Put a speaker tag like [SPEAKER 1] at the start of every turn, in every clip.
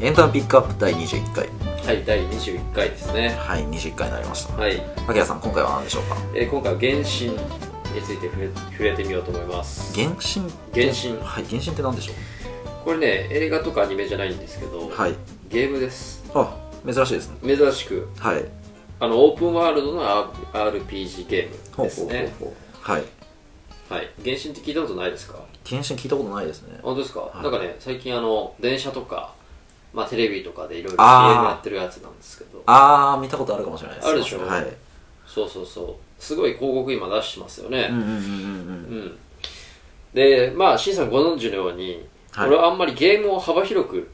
[SPEAKER 1] エンタメピックアップ第21回
[SPEAKER 2] はい、第21回ですね。
[SPEAKER 1] はい21回になりました
[SPEAKER 2] はい、
[SPEAKER 1] 明さん今回は何でしょうか
[SPEAKER 2] えー今回は原神について触れ触れてみようと思います。
[SPEAKER 1] 原神
[SPEAKER 2] 原神
[SPEAKER 1] はい原神って何でしょ
[SPEAKER 2] これね、映画とかアニメじゃないんですけど、
[SPEAKER 1] うはい
[SPEAKER 2] ゲームです。
[SPEAKER 1] あ珍しいですね
[SPEAKER 2] 珍しく、
[SPEAKER 1] はい
[SPEAKER 2] あの、オープンワールドの R- RPG ゲームですね。
[SPEAKER 1] ほうほうほうほうはい
[SPEAKER 2] はい、原神って聞いたことないですか
[SPEAKER 1] 原神聞いたことないですね
[SPEAKER 2] 本当ですか、
[SPEAKER 1] い
[SPEAKER 2] なんかね、最近あの、電車とか、まあテレビとかでいろいろ CM
[SPEAKER 1] あー
[SPEAKER 2] やってるやつなんですけど、
[SPEAKER 1] あー見たことあるかもしれないです
[SPEAKER 2] あるでしょ
[SPEAKER 1] はい
[SPEAKER 2] そうそうそう、すごい広告今出してますよね。
[SPEAKER 1] うんうんうんうんうん
[SPEAKER 2] うん、でまあ新さんご存知のように、
[SPEAKER 1] はい
[SPEAKER 2] 俺はあんまりゲームを幅広く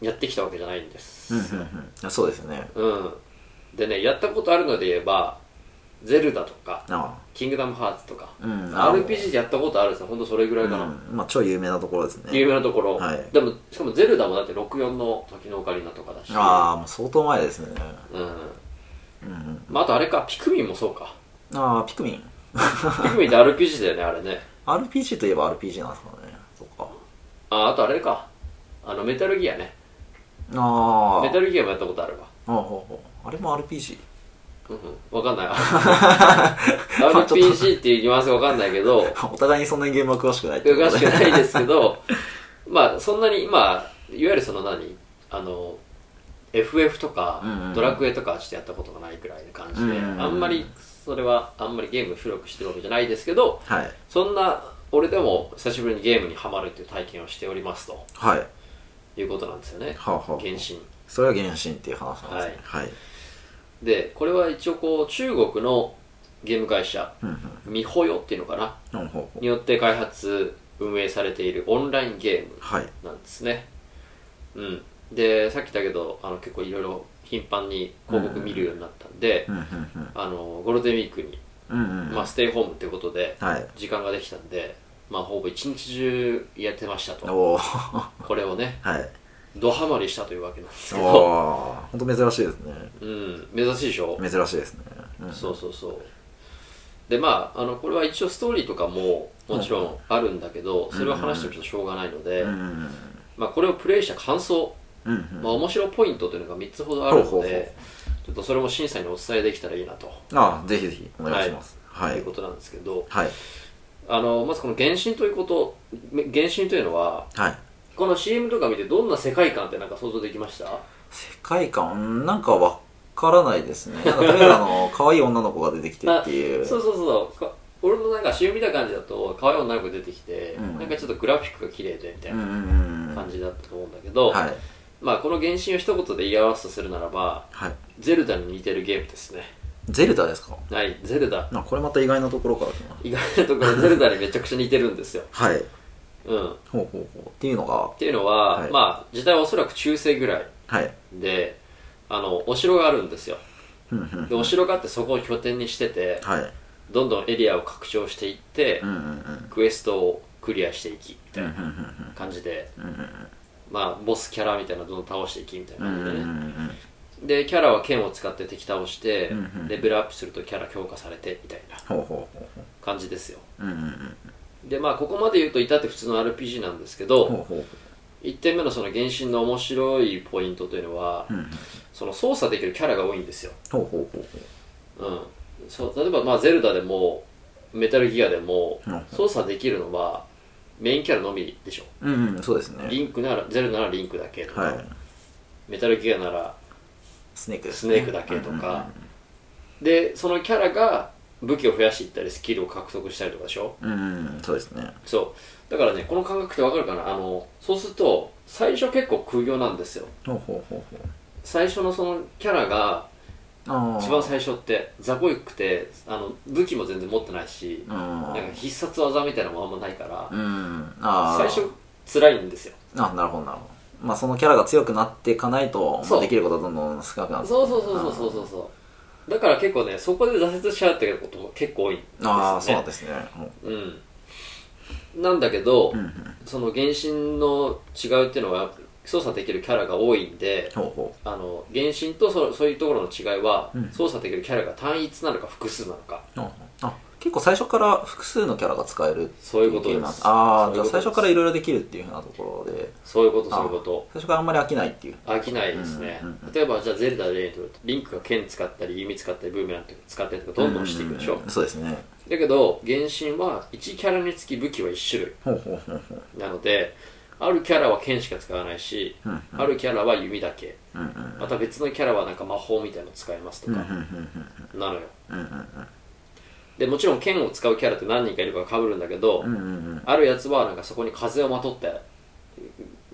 [SPEAKER 2] やってきたわけじゃないんで
[SPEAKER 1] うんうん
[SPEAKER 2] す、
[SPEAKER 1] うんあそうですね
[SPEAKER 2] うんでねやったことあるので言えば「ゼルダ」とか
[SPEAKER 1] あ
[SPEAKER 2] 「キングダムハーツ」とか、
[SPEAKER 1] あうん
[SPEAKER 2] RPG でやったことあるんですよほんとそれぐらいかな、
[SPEAKER 1] うんまあ超有名なところです
[SPEAKER 2] 有
[SPEAKER 1] ね
[SPEAKER 2] 名なところ、
[SPEAKER 1] はい
[SPEAKER 2] でもしかも「ゼルダ」もだって64の時のオカリナとかだし
[SPEAKER 1] ああもう相当前ですね
[SPEAKER 2] う
[SPEAKER 1] う
[SPEAKER 2] ん
[SPEAKER 1] んうん
[SPEAKER 2] まあ、あとあれかピクミンもそうか
[SPEAKER 1] ああピクミン
[SPEAKER 2] ピクミンって RPG だよねあれね
[SPEAKER 1] RPG といえば RPG なんですかねそっか
[SPEAKER 2] ああとあれかあのメタルギアね
[SPEAKER 1] ああ
[SPEAKER 2] メタルギアもやったことあるわ
[SPEAKER 1] あほうほうあれも RPG
[SPEAKER 2] うんうん、わかんない。RPG っていうニュアンスわかんないけど、
[SPEAKER 1] お互いにそんなにゲームは詳しくないってこと
[SPEAKER 2] 詳
[SPEAKER 1] で
[SPEAKER 2] しくないですけど、まあ、そんなに今、いわゆるその何あの、FF とか
[SPEAKER 1] うんうん、
[SPEAKER 2] ドラクエとかはちょっとやったことがないくらいの感
[SPEAKER 1] う
[SPEAKER 2] じで、
[SPEAKER 1] んうんうん
[SPEAKER 2] あんまり、それは、あんまりゲーム広くしてるわけじゃないですけど、
[SPEAKER 1] はい
[SPEAKER 2] そんな、俺でも久しぶりにゲームにハマるっていう体験をしておりますと
[SPEAKER 1] はい
[SPEAKER 2] いうことなんですよね。
[SPEAKER 1] はあ、はあはあ
[SPEAKER 2] 原神。
[SPEAKER 1] それは原神っていう話なんですねはい、
[SPEAKER 2] で、これは一応こう、中国のゲーム会社、
[SPEAKER 1] うん
[SPEAKER 2] ミホヨっていうのかな
[SPEAKER 1] うんうんほうほう
[SPEAKER 2] によって開発運営されているオンラインゲーム
[SPEAKER 1] はい
[SPEAKER 2] なんですねうんでさっきだけどあの結構いろいろ頻繁に広告見るようになったんで、
[SPEAKER 1] うんうん
[SPEAKER 2] あのゴールデンウィークに、
[SPEAKER 1] うんうんうん
[SPEAKER 2] まあ、ステイホームってことで
[SPEAKER 1] はい
[SPEAKER 2] 時間ができたんでまあほぼ一日中やってましたと
[SPEAKER 1] おお は
[SPEAKER 2] これをね
[SPEAKER 1] い
[SPEAKER 2] ドハマりしたというわけなんです
[SPEAKER 1] お
[SPEAKER 2] けど
[SPEAKER 1] お本当珍しいですね
[SPEAKER 2] うん珍しいでしょ、
[SPEAKER 1] 珍しいですね、うん、
[SPEAKER 2] そうそうそうでまああのこれは一応ストーリーとかももちろんあるんだけど、それを話してもちょっとしょうがないので、
[SPEAKER 1] うんうんうん
[SPEAKER 2] まあ、これをプレイした感想、
[SPEAKER 1] うんうん
[SPEAKER 2] まあ、面白ポイントというのが3つほどあ
[SPEAKER 1] ほ
[SPEAKER 2] る
[SPEAKER 1] う
[SPEAKER 2] の
[SPEAKER 1] ほうほう
[SPEAKER 2] で、ちょっとそれも審査にお伝えできたらいいなと
[SPEAKER 1] あぜひぜひお願いしますはいいう
[SPEAKER 2] ことなんですけど、
[SPEAKER 1] はい
[SPEAKER 2] あのまずこの原神ということ、め原神というのは、
[SPEAKER 1] はい
[SPEAKER 2] この CM とか見て、どんな世界観ってなんか想像できました
[SPEAKER 1] 世界観うんなんかわからないですねなんかとりあえずあの可愛い女の子が出てきてって いう
[SPEAKER 2] そうそうそうか俺のなんか CM 見た感じだと、可愛い女の子出てきて、
[SPEAKER 1] うん
[SPEAKER 2] なんかちょっとグラフィックが綺麗でみたい
[SPEAKER 1] うん
[SPEAKER 2] な
[SPEAKER 1] うんうんうん
[SPEAKER 2] 感じだったと思うんだけど、
[SPEAKER 1] はい
[SPEAKER 2] まあ、この原神を一言で言い表すとするならば、
[SPEAKER 1] はい
[SPEAKER 2] ゼルダに似てるゲームですね。
[SPEAKER 1] ゼルダですか
[SPEAKER 2] はい、ゼルダ。
[SPEAKER 1] なんかこれまた意外なところから来まし
[SPEAKER 2] 意外なところ、ゼルダにめちゃくちゃ似てるんですよ。
[SPEAKER 1] たはい
[SPEAKER 2] うん、っ
[SPEAKER 1] ほうほうほうっていうのが
[SPEAKER 2] ていうのは、
[SPEAKER 1] はい
[SPEAKER 2] まあ時代はおそらく中世ぐらい
[SPEAKER 1] はい
[SPEAKER 2] であのお城があるんですよ
[SPEAKER 1] うんうん
[SPEAKER 2] でお城があってそこを拠点にしてて
[SPEAKER 1] はい
[SPEAKER 2] どんどんエリアを拡張していって、
[SPEAKER 1] うんうんうん
[SPEAKER 2] クエストをクリアしていきみた
[SPEAKER 1] う
[SPEAKER 2] い
[SPEAKER 1] んう
[SPEAKER 2] なん
[SPEAKER 1] うん
[SPEAKER 2] 感じで、
[SPEAKER 1] うんうん
[SPEAKER 2] まあボスキャラみたいなのどんどん倒していきみたいな
[SPEAKER 1] うん
[SPEAKER 2] 感
[SPEAKER 1] うんうん
[SPEAKER 2] じで
[SPEAKER 1] う
[SPEAKER 2] ね、
[SPEAKER 1] ん
[SPEAKER 2] でキャラは剣を使って敵倒して、
[SPEAKER 1] うんうん
[SPEAKER 2] レベルアップするとキャラ強化されてみたいな
[SPEAKER 1] ほうほうほうほ
[SPEAKER 2] 感じですよ
[SPEAKER 1] ううんうんうん
[SPEAKER 2] でまあここまで言うと至って普通の RPG なんですけ
[SPEAKER 1] ほ
[SPEAKER 2] ど、
[SPEAKER 1] うほうほう
[SPEAKER 2] 1点目のその原神の面白いポイントというのは、
[SPEAKER 1] うんうん
[SPEAKER 2] その操作できるキャラが多いんですよ、
[SPEAKER 1] ほうほうほうほう
[SPEAKER 2] うん、そう例えばまあゼルダでもメタルギアでも
[SPEAKER 1] うん
[SPEAKER 2] 操作できるのはメインキャラのみでしょ
[SPEAKER 1] うんうんそうです
[SPEAKER 2] リ
[SPEAKER 1] ね
[SPEAKER 2] ンクならゼルダならリンクだけとか、
[SPEAKER 1] はい
[SPEAKER 2] メタルギアなら
[SPEAKER 1] スネークです
[SPEAKER 2] ス
[SPEAKER 1] ね
[SPEAKER 2] ネークだけとか、でそのキャラが武器を増やしていったりスキルを獲得したりとかでしょ
[SPEAKER 1] うんうんうんそうですね
[SPEAKER 2] そうだからねこの感覚ってわかるかなあのそうすると最初結構空業なんですよ
[SPEAKER 1] ほうほうほうほう
[SPEAKER 2] 最初のそのキャラが
[SPEAKER 1] ああ
[SPEAKER 2] 一番最初ってザコイくてあの武器も全然持ってないし、
[SPEAKER 1] うん
[SPEAKER 2] なんか必殺技みたいなのもあんまないから、
[SPEAKER 1] うんああ
[SPEAKER 2] 最初辛いんですよ
[SPEAKER 1] あなるほどなるほどまあそのキャラが強くなっていかないと
[SPEAKER 2] そう
[SPEAKER 1] できることはどんどん少なくなって
[SPEAKER 2] そうそうそうそうそうそうそうだから結構ねそこで挫折しちゃうってことも結構多いんですよ、ね、
[SPEAKER 1] ああそうなんですね
[SPEAKER 2] うんなんだけど、
[SPEAKER 1] うんうんうん
[SPEAKER 2] その原神の違うっていうのは操作できるキャラが多いんで
[SPEAKER 1] ほうほ
[SPEAKER 2] あの原神とそそういうところの違いは、
[SPEAKER 1] うん
[SPEAKER 2] 操作できるキャラが単一なのか複数なのか
[SPEAKER 1] うああ結結構最初から複数のキャラが使えるって
[SPEAKER 2] そういう
[SPEAKER 1] い
[SPEAKER 2] こ
[SPEAKER 1] う
[SPEAKER 2] と
[SPEAKER 1] ゲー
[SPEAKER 2] で
[SPEAKER 1] ムな
[SPEAKER 2] す
[SPEAKER 1] んですああ
[SPEAKER 2] そう
[SPEAKER 1] じ
[SPEAKER 2] い
[SPEAKER 1] ゃあ
[SPEAKER 2] うこと
[SPEAKER 1] 最
[SPEAKER 2] です
[SPEAKER 1] 初からいろいろできるっていうふうなところで
[SPEAKER 2] そういうことそういうこ
[SPEAKER 1] 最初からあんまり飽きないっていう
[SPEAKER 2] と飽きないですね、
[SPEAKER 1] うんうんうん
[SPEAKER 2] 例えばじゃあゼルダで例にとるとリンクが剣使ったり弓使ったりブーメランとか使ったりとかどんどんしていくでしょ、
[SPEAKER 1] うんうんうんそうですね
[SPEAKER 2] だけど原神は1キャラにつき武器は1種類
[SPEAKER 1] ほうほうほうほう
[SPEAKER 2] なのであるキャラは剣しか使わないし、
[SPEAKER 1] うん
[SPEAKER 2] あるキャラは弓だけ
[SPEAKER 1] うんうん
[SPEAKER 2] また別のキャラはなんか魔法みたいなの使いますと
[SPEAKER 1] うんうんうん
[SPEAKER 2] か、なのよ
[SPEAKER 1] うんうん
[SPEAKER 2] でもちろん剣を使うキャラって何人かいるから被るんだけど、
[SPEAKER 1] うんうんうんうん
[SPEAKER 2] あるやつはなんかそこに風をまとって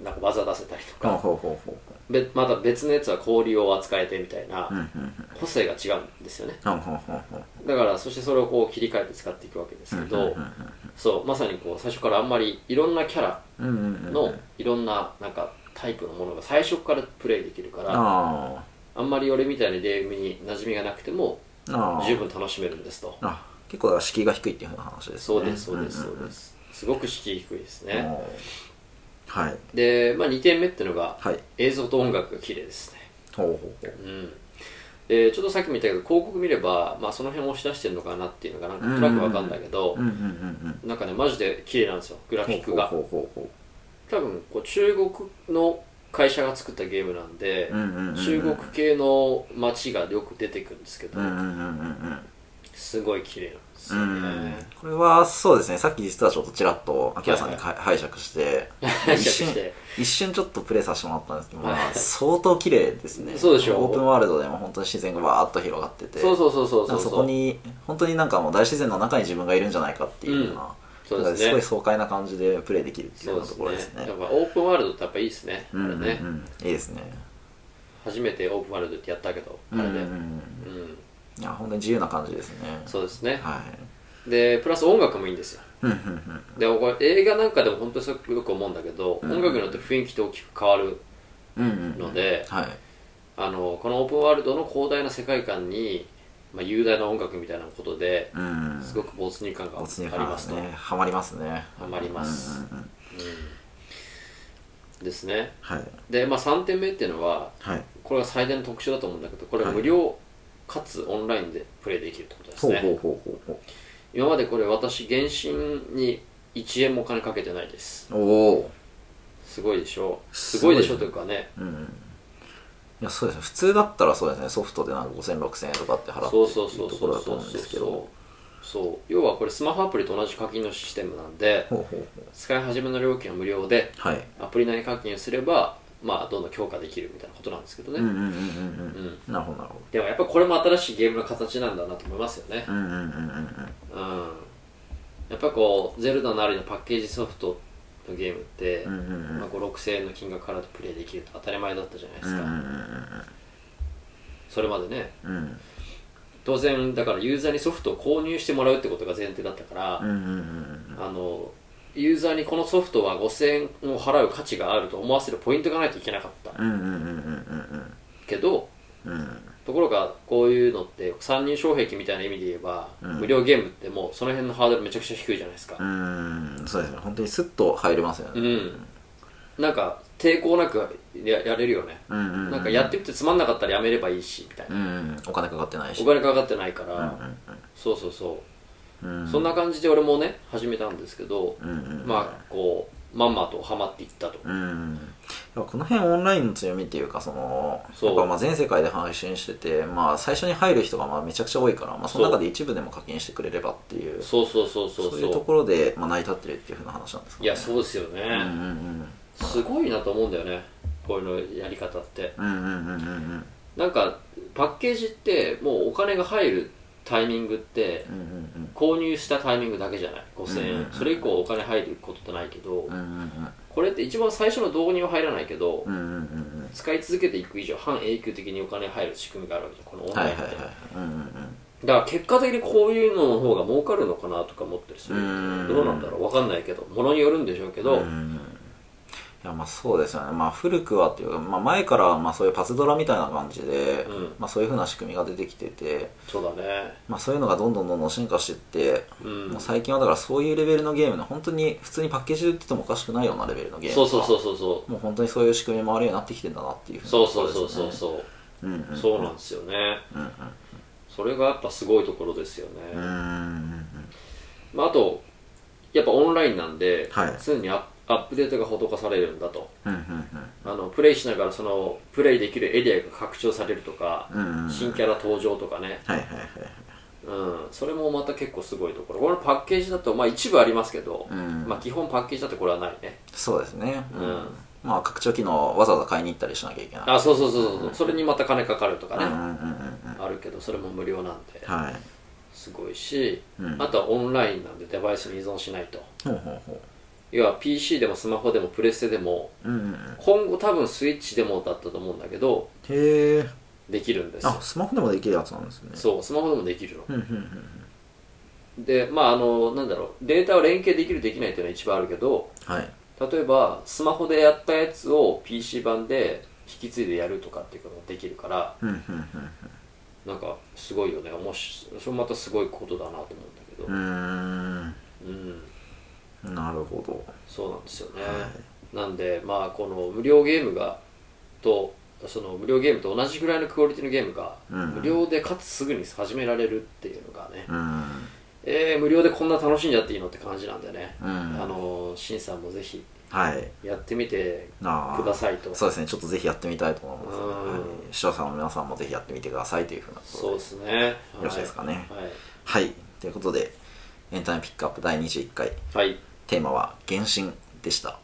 [SPEAKER 2] なんか技出せたりと
[SPEAKER 1] ほう
[SPEAKER 2] か、
[SPEAKER 1] ほうほうほう
[SPEAKER 2] べまた別のやつは氷を扱えてみたいな、
[SPEAKER 1] うんうんうん
[SPEAKER 2] 個性が違うんですよね
[SPEAKER 1] ほうほうほうほう
[SPEAKER 2] だからそしてそれをこう切り替えて使っていくわけですけど、そうまさにこう最初からあんまりいろんなキャラ
[SPEAKER 1] うんうんうん
[SPEAKER 2] のいろんななんかタイプのものが最初からプレイできるから
[SPEAKER 1] あ
[SPEAKER 2] あんまり俺みたいにゲームに馴染みがなくても
[SPEAKER 1] あああ
[SPEAKER 2] 十分楽しめるんですと
[SPEAKER 1] あ結構だから敷居が低いっていうふうな話ですね
[SPEAKER 2] そうですそうですそうですすごく敷居低いです
[SPEAKER 1] うんうん
[SPEAKER 2] ね
[SPEAKER 1] うんはい
[SPEAKER 2] で、まあ、2点目っていうのが
[SPEAKER 1] はい
[SPEAKER 2] 映像と音楽が綺麗ですね
[SPEAKER 1] ほうほう
[SPEAKER 2] うんでちょっとさっきも言ったけど広告見れば、まあ、その辺を押し出してるのかなっていうのがなんかなんとなくわかんないけど、
[SPEAKER 1] ほううんうんうん
[SPEAKER 2] なんかねマジで綺麗なんですよグラフ
[SPEAKER 1] うん
[SPEAKER 2] ィックが
[SPEAKER 1] ほうほうほうほ
[SPEAKER 2] 多分こう中国の会社が作ったゲームなんで
[SPEAKER 1] ううんうんうんうん
[SPEAKER 2] 中国系の街がよく出てくるんですけど
[SPEAKER 1] うんうんうんうんうん
[SPEAKER 2] すごい綺麗なんです
[SPEAKER 1] う
[SPEAKER 2] よ
[SPEAKER 1] ん
[SPEAKER 2] ね
[SPEAKER 1] これはそうですねさっき実はちょっとちらっとアキラさんにか拝借して
[SPEAKER 2] 拝借して
[SPEAKER 1] 一瞬一瞬ちょっとプレイさせてもらったんですけど、ま
[SPEAKER 2] は
[SPEAKER 1] あ
[SPEAKER 2] い
[SPEAKER 1] 相当綺麗ですね
[SPEAKER 2] そうでしょ
[SPEAKER 1] オープンワールドでも本当に自然がわーっと広がってて
[SPEAKER 2] そうそうそうそ
[SPEAKER 1] な
[SPEAKER 2] うそ
[SPEAKER 1] ん
[SPEAKER 2] う
[SPEAKER 1] かそこに本当になんかもう大自然の中に自分がいるんじゃないかっていうような、
[SPEAKER 2] そう
[SPEAKER 1] なんか
[SPEAKER 2] です
[SPEAKER 1] すご
[SPEAKER 2] ね
[SPEAKER 1] い爽快な感じでプレイできるっていうよ
[SPEAKER 2] そう
[SPEAKER 1] う
[SPEAKER 2] で
[SPEAKER 1] な
[SPEAKER 2] す
[SPEAKER 1] ところです
[SPEAKER 2] ね
[SPEAKER 1] ね
[SPEAKER 2] やっぱオープンワールドってやっぱいいですねあ
[SPEAKER 1] うんうん
[SPEAKER 2] れ
[SPEAKER 1] うん、
[SPEAKER 2] ね
[SPEAKER 1] いいですね
[SPEAKER 2] 初めてオープンワールドってやったけどあ
[SPEAKER 1] うんう
[SPEAKER 2] れ
[SPEAKER 1] んう
[SPEAKER 2] でうん
[SPEAKER 1] んいや本当に自由な感じですね
[SPEAKER 2] そうですね
[SPEAKER 1] はい
[SPEAKER 2] でプラス音楽もいいんですよ
[SPEAKER 1] うんうんうん
[SPEAKER 2] でこれ映画なんかでも本当にすごくよく思うんだけど
[SPEAKER 1] うん
[SPEAKER 2] 音楽によって雰囲気って大きく変わる
[SPEAKER 1] うんうん
[SPEAKER 2] ので
[SPEAKER 1] はい
[SPEAKER 2] あのこのオープンワールドの広大な世界観に、まあ、雄大な音楽みたいなことで
[SPEAKER 1] うん
[SPEAKER 2] すごく没入感があ
[SPEAKER 1] おつに
[SPEAKER 2] り
[SPEAKER 1] かま
[SPEAKER 2] ますすと、
[SPEAKER 1] ねハマりますね
[SPEAKER 2] ハマります
[SPEAKER 1] うんうんうん
[SPEAKER 2] うんですね
[SPEAKER 1] はい
[SPEAKER 2] で、まあ、3点目っていうのは
[SPEAKER 1] はい
[SPEAKER 2] これが最大の特徴だと思うんだけどこれ
[SPEAKER 1] はい
[SPEAKER 2] 無料かつオンラインでプレイできるってことです
[SPEAKER 1] ほう
[SPEAKER 2] ね、
[SPEAKER 1] ほうほうほうほ
[SPEAKER 2] 今までこれ私原神に1円もお金かけてないです
[SPEAKER 1] うおお
[SPEAKER 2] すごいでしょうす
[SPEAKER 1] す
[SPEAKER 2] ご
[SPEAKER 1] ご
[SPEAKER 2] い
[SPEAKER 1] い
[SPEAKER 2] で
[SPEAKER 1] ね
[SPEAKER 2] しょうというかね
[SPEAKER 1] うんいやそうですね普通だったらそうですねソフトでなんか50006000円とかって払って
[SPEAKER 2] そう
[SPEAKER 1] る
[SPEAKER 2] そう
[SPEAKER 1] ってい
[SPEAKER 2] そうう
[SPEAKER 1] とこ
[SPEAKER 2] そう
[SPEAKER 1] ろだと
[SPEAKER 2] そう
[SPEAKER 1] 思うん
[SPEAKER 2] そう
[SPEAKER 1] ですけど
[SPEAKER 2] そ
[SPEAKER 1] ほ
[SPEAKER 2] うそう要はこれスマホアプリと同じ課金のシステムなんで
[SPEAKER 1] うほうほう
[SPEAKER 2] 使い始めの料金は無料で
[SPEAKER 1] はい
[SPEAKER 2] アプリ内課金をすればまあどんどん強化できるみたいなことなんですけどね、
[SPEAKER 1] うんうんうんうん
[SPEAKER 2] う
[SPEAKER 1] うん
[SPEAKER 2] ん
[SPEAKER 1] なるほどなるほ
[SPEAKER 2] でもやっぱりこれも新しいゲームの形なんだなと思いますよね
[SPEAKER 1] どうんうんうんうんうん
[SPEAKER 2] うんやっぱこう「ゼルダのありのパッケージソフトのゲームって、
[SPEAKER 1] うんうんうん
[SPEAKER 2] まあ、56000円の金額からプレイできると当たり前だったじゃないで
[SPEAKER 1] うん
[SPEAKER 2] す
[SPEAKER 1] うん
[SPEAKER 2] か、それまでね
[SPEAKER 1] うんうん
[SPEAKER 2] 当然だからユーザーにソフトを購入してもらうってことが前提だったから、
[SPEAKER 1] うんうんうん
[SPEAKER 2] あのユーザーにこのソフトは5000円を払う価値があると思わせるポイントがないといけなかった
[SPEAKER 1] うんうんうんうんうん
[SPEAKER 2] けど
[SPEAKER 1] うんうん
[SPEAKER 2] ところがこういうのって参入障壁みたいな意味で言えば、
[SPEAKER 1] うん
[SPEAKER 2] 無料ゲームってもうその辺のハードルめちゃくちゃ低いじゃないですか、
[SPEAKER 1] うんそうですね本当にスッと入れますよ
[SPEAKER 2] う
[SPEAKER 1] ね
[SPEAKER 2] ん、なんか抵抗なくややれるよね、
[SPEAKER 1] うんうん
[SPEAKER 2] なんかやってみてつまんなかったらやめればいいしみたいな、
[SPEAKER 1] うんうんお金かかってないし
[SPEAKER 2] お金かかってないから、
[SPEAKER 1] う
[SPEAKER 2] そうそうそ
[SPEAKER 1] んう
[SPEAKER 2] う、
[SPEAKER 1] んうん
[SPEAKER 2] そんな感じで俺もね始めたんですけど、
[SPEAKER 1] うんうん
[SPEAKER 2] まあこうまんまとハマっていったと、
[SPEAKER 1] うんだからこの辺オンラインの強みっていうかその
[SPEAKER 2] そう
[SPEAKER 1] やっぱまあ全世界で配信してて、まあ、最初に入る人がまあめちゃくちゃ多いから、まあ、その
[SPEAKER 2] そう
[SPEAKER 1] 中で一部でも課金してくれればっていう
[SPEAKER 2] そうそうそう
[SPEAKER 1] そ
[SPEAKER 2] そううそう
[SPEAKER 1] いうところで、まあ、成り立ってるっていうふうな話なんですか、ね、
[SPEAKER 2] いやそうですよね、
[SPEAKER 1] うんうん
[SPEAKER 2] すごいなと思うんだよねこういうのやり方って
[SPEAKER 1] うんうんうんうんうん
[SPEAKER 2] なんかパッケージってもうお金が入るタイミングって
[SPEAKER 1] うんうん
[SPEAKER 2] 購入したタイミングだけじゃない5000円、
[SPEAKER 1] うんうんうん
[SPEAKER 2] それ以降お金入ることってないけど、
[SPEAKER 1] うんうんうん
[SPEAKER 2] これって一番最初の導入は入らないけど、
[SPEAKER 1] うんうんうんうん
[SPEAKER 2] 使い続けていく以上半永久的にお金入る仕組みがあるわけじゃんこのオン
[SPEAKER 1] はい
[SPEAKER 2] ラ
[SPEAKER 1] は
[SPEAKER 2] イン
[SPEAKER 1] い
[SPEAKER 2] って、
[SPEAKER 1] はいうんうん
[SPEAKER 2] だから結果的にこういうのの方が儲かるのかなとか思ったりする
[SPEAKER 1] うん
[SPEAKER 2] どうなんだろう分かんないけどものによるんでしょう
[SPEAKER 1] う
[SPEAKER 2] け
[SPEAKER 1] ん
[SPEAKER 2] ど、
[SPEAKER 1] うんいやまあそうですよね、まあ、古くはっていうか、まあ、前からまあそういうパズドラみたいな感じで、
[SPEAKER 2] うん
[SPEAKER 1] まあ、そういうふうな仕組みが出てきてて、
[SPEAKER 2] そうだね
[SPEAKER 1] まあ、そういうのがどんどんどんどん進化してって、
[SPEAKER 2] うん
[SPEAKER 1] もう最近はだからそういうレベルのゲームの本当に普通にパッケージで売っててもおかしくないようなレベルのゲーム
[SPEAKER 2] そうそうそううそうそう
[SPEAKER 1] もう本当にそういう仕組みもあるようになってきてんだなっていうふ
[SPEAKER 2] そうそうそうそう
[SPEAKER 1] う
[SPEAKER 2] そう
[SPEAKER 1] に思いますね、うんうん、
[SPEAKER 2] そうなんですよね
[SPEAKER 1] うんうん
[SPEAKER 2] それがやっぱすごいところですよ
[SPEAKER 1] う
[SPEAKER 2] ね
[SPEAKER 1] んうん
[SPEAKER 2] まあ、あとやっぱオンラインなんで、
[SPEAKER 1] はい
[SPEAKER 2] 常にアップアップデートが施されるんだと
[SPEAKER 1] うん
[SPEAKER 2] あのプレイしながらそのプレイできるエリアが拡張されるとか、
[SPEAKER 1] うんうんうんうん
[SPEAKER 2] 新キャラ登場とかね、
[SPEAKER 1] はいはいはいはい
[SPEAKER 2] うん、それもまた結構すごいところこのパッケージだと、まあ、一部ありますけど、
[SPEAKER 1] うん
[SPEAKER 2] まあ、基本パッケージだとこれはないね
[SPEAKER 1] そうですねうん、
[SPEAKER 2] うん
[SPEAKER 1] まあ拡張機能わざわざ買いに行ったりしなきゃいけない
[SPEAKER 2] あそうそうそうそう、それにまた金かかるとか
[SPEAKER 1] うんうん
[SPEAKER 2] ね、
[SPEAKER 1] うんうん
[SPEAKER 2] あるけどそれも無料なんで
[SPEAKER 1] はい
[SPEAKER 2] すごいし、
[SPEAKER 1] うん
[SPEAKER 2] あとはオンラインなんでデバイスに依存しないと
[SPEAKER 1] ほうほうほ
[SPEAKER 2] 要は PC でもスマホでもプレステでも
[SPEAKER 1] ううんうんうん
[SPEAKER 2] 今後多分スイッチでもだったと思うんだけど
[SPEAKER 1] へえ
[SPEAKER 2] できるんですよ
[SPEAKER 1] あスマホでもできるやつなんですね
[SPEAKER 2] そうスマホでもできるの
[SPEAKER 1] うんうんうん
[SPEAKER 2] でまああのなんだろうデータを連携できるできないっていうのは一番あるけど
[SPEAKER 1] はい
[SPEAKER 2] 例えばスマホでやったやつを PC 版で引き継いでやるとかっていうこともできるから
[SPEAKER 1] うんうんうん
[SPEAKER 2] なんかすごいよねおもしそれまたすごいことだなと思うんだけ
[SPEAKER 1] う
[SPEAKER 2] ど
[SPEAKER 1] んう
[SPEAKER 2] うん
[SPEAKER 1] ーんなるほど
[SPEAKER 2] そうなんですよね、
[SPEAKER 1] は
[SPEAKER 2] なんでまあこの無料ゲームがとその無料ゲームと同じぐらいのクオリティのゲームが
[SPEAKER 1] うん
[SPEAKER 2] 無料でかつすぐに始められるっていうのがね、
[SPEAKER 1] うん
[SPEAKER 2] えー無料でこんな楽しんじゃっていいのって感じなんでね、
[SPEAKER 1] うん
[SPEAKER 2] あのシンさんもぜひ
[SPEAKER 1] はい
[SPEAKER 2] やってみて
[SPEAKER 1] あー
[SPEAKER 2] くださいと
[SPEAKER 1] そうですねちょっとぜひやってみたいと思います、
[SPEAKER 2] うん
[SPEAKER 1] はい、視聴者の皆さんもぜひやってみてくださいというふうなこと
[SPEAKER 2] そうですね
[SPEAKER 1] よろしいですかね
[SPEAKER 2] は
[SPEAKER 1] はいということでエンタメピックアップ第21回
[SPEAKER 2] い、はい
[SPEAKER 1] テーマは「原神」でした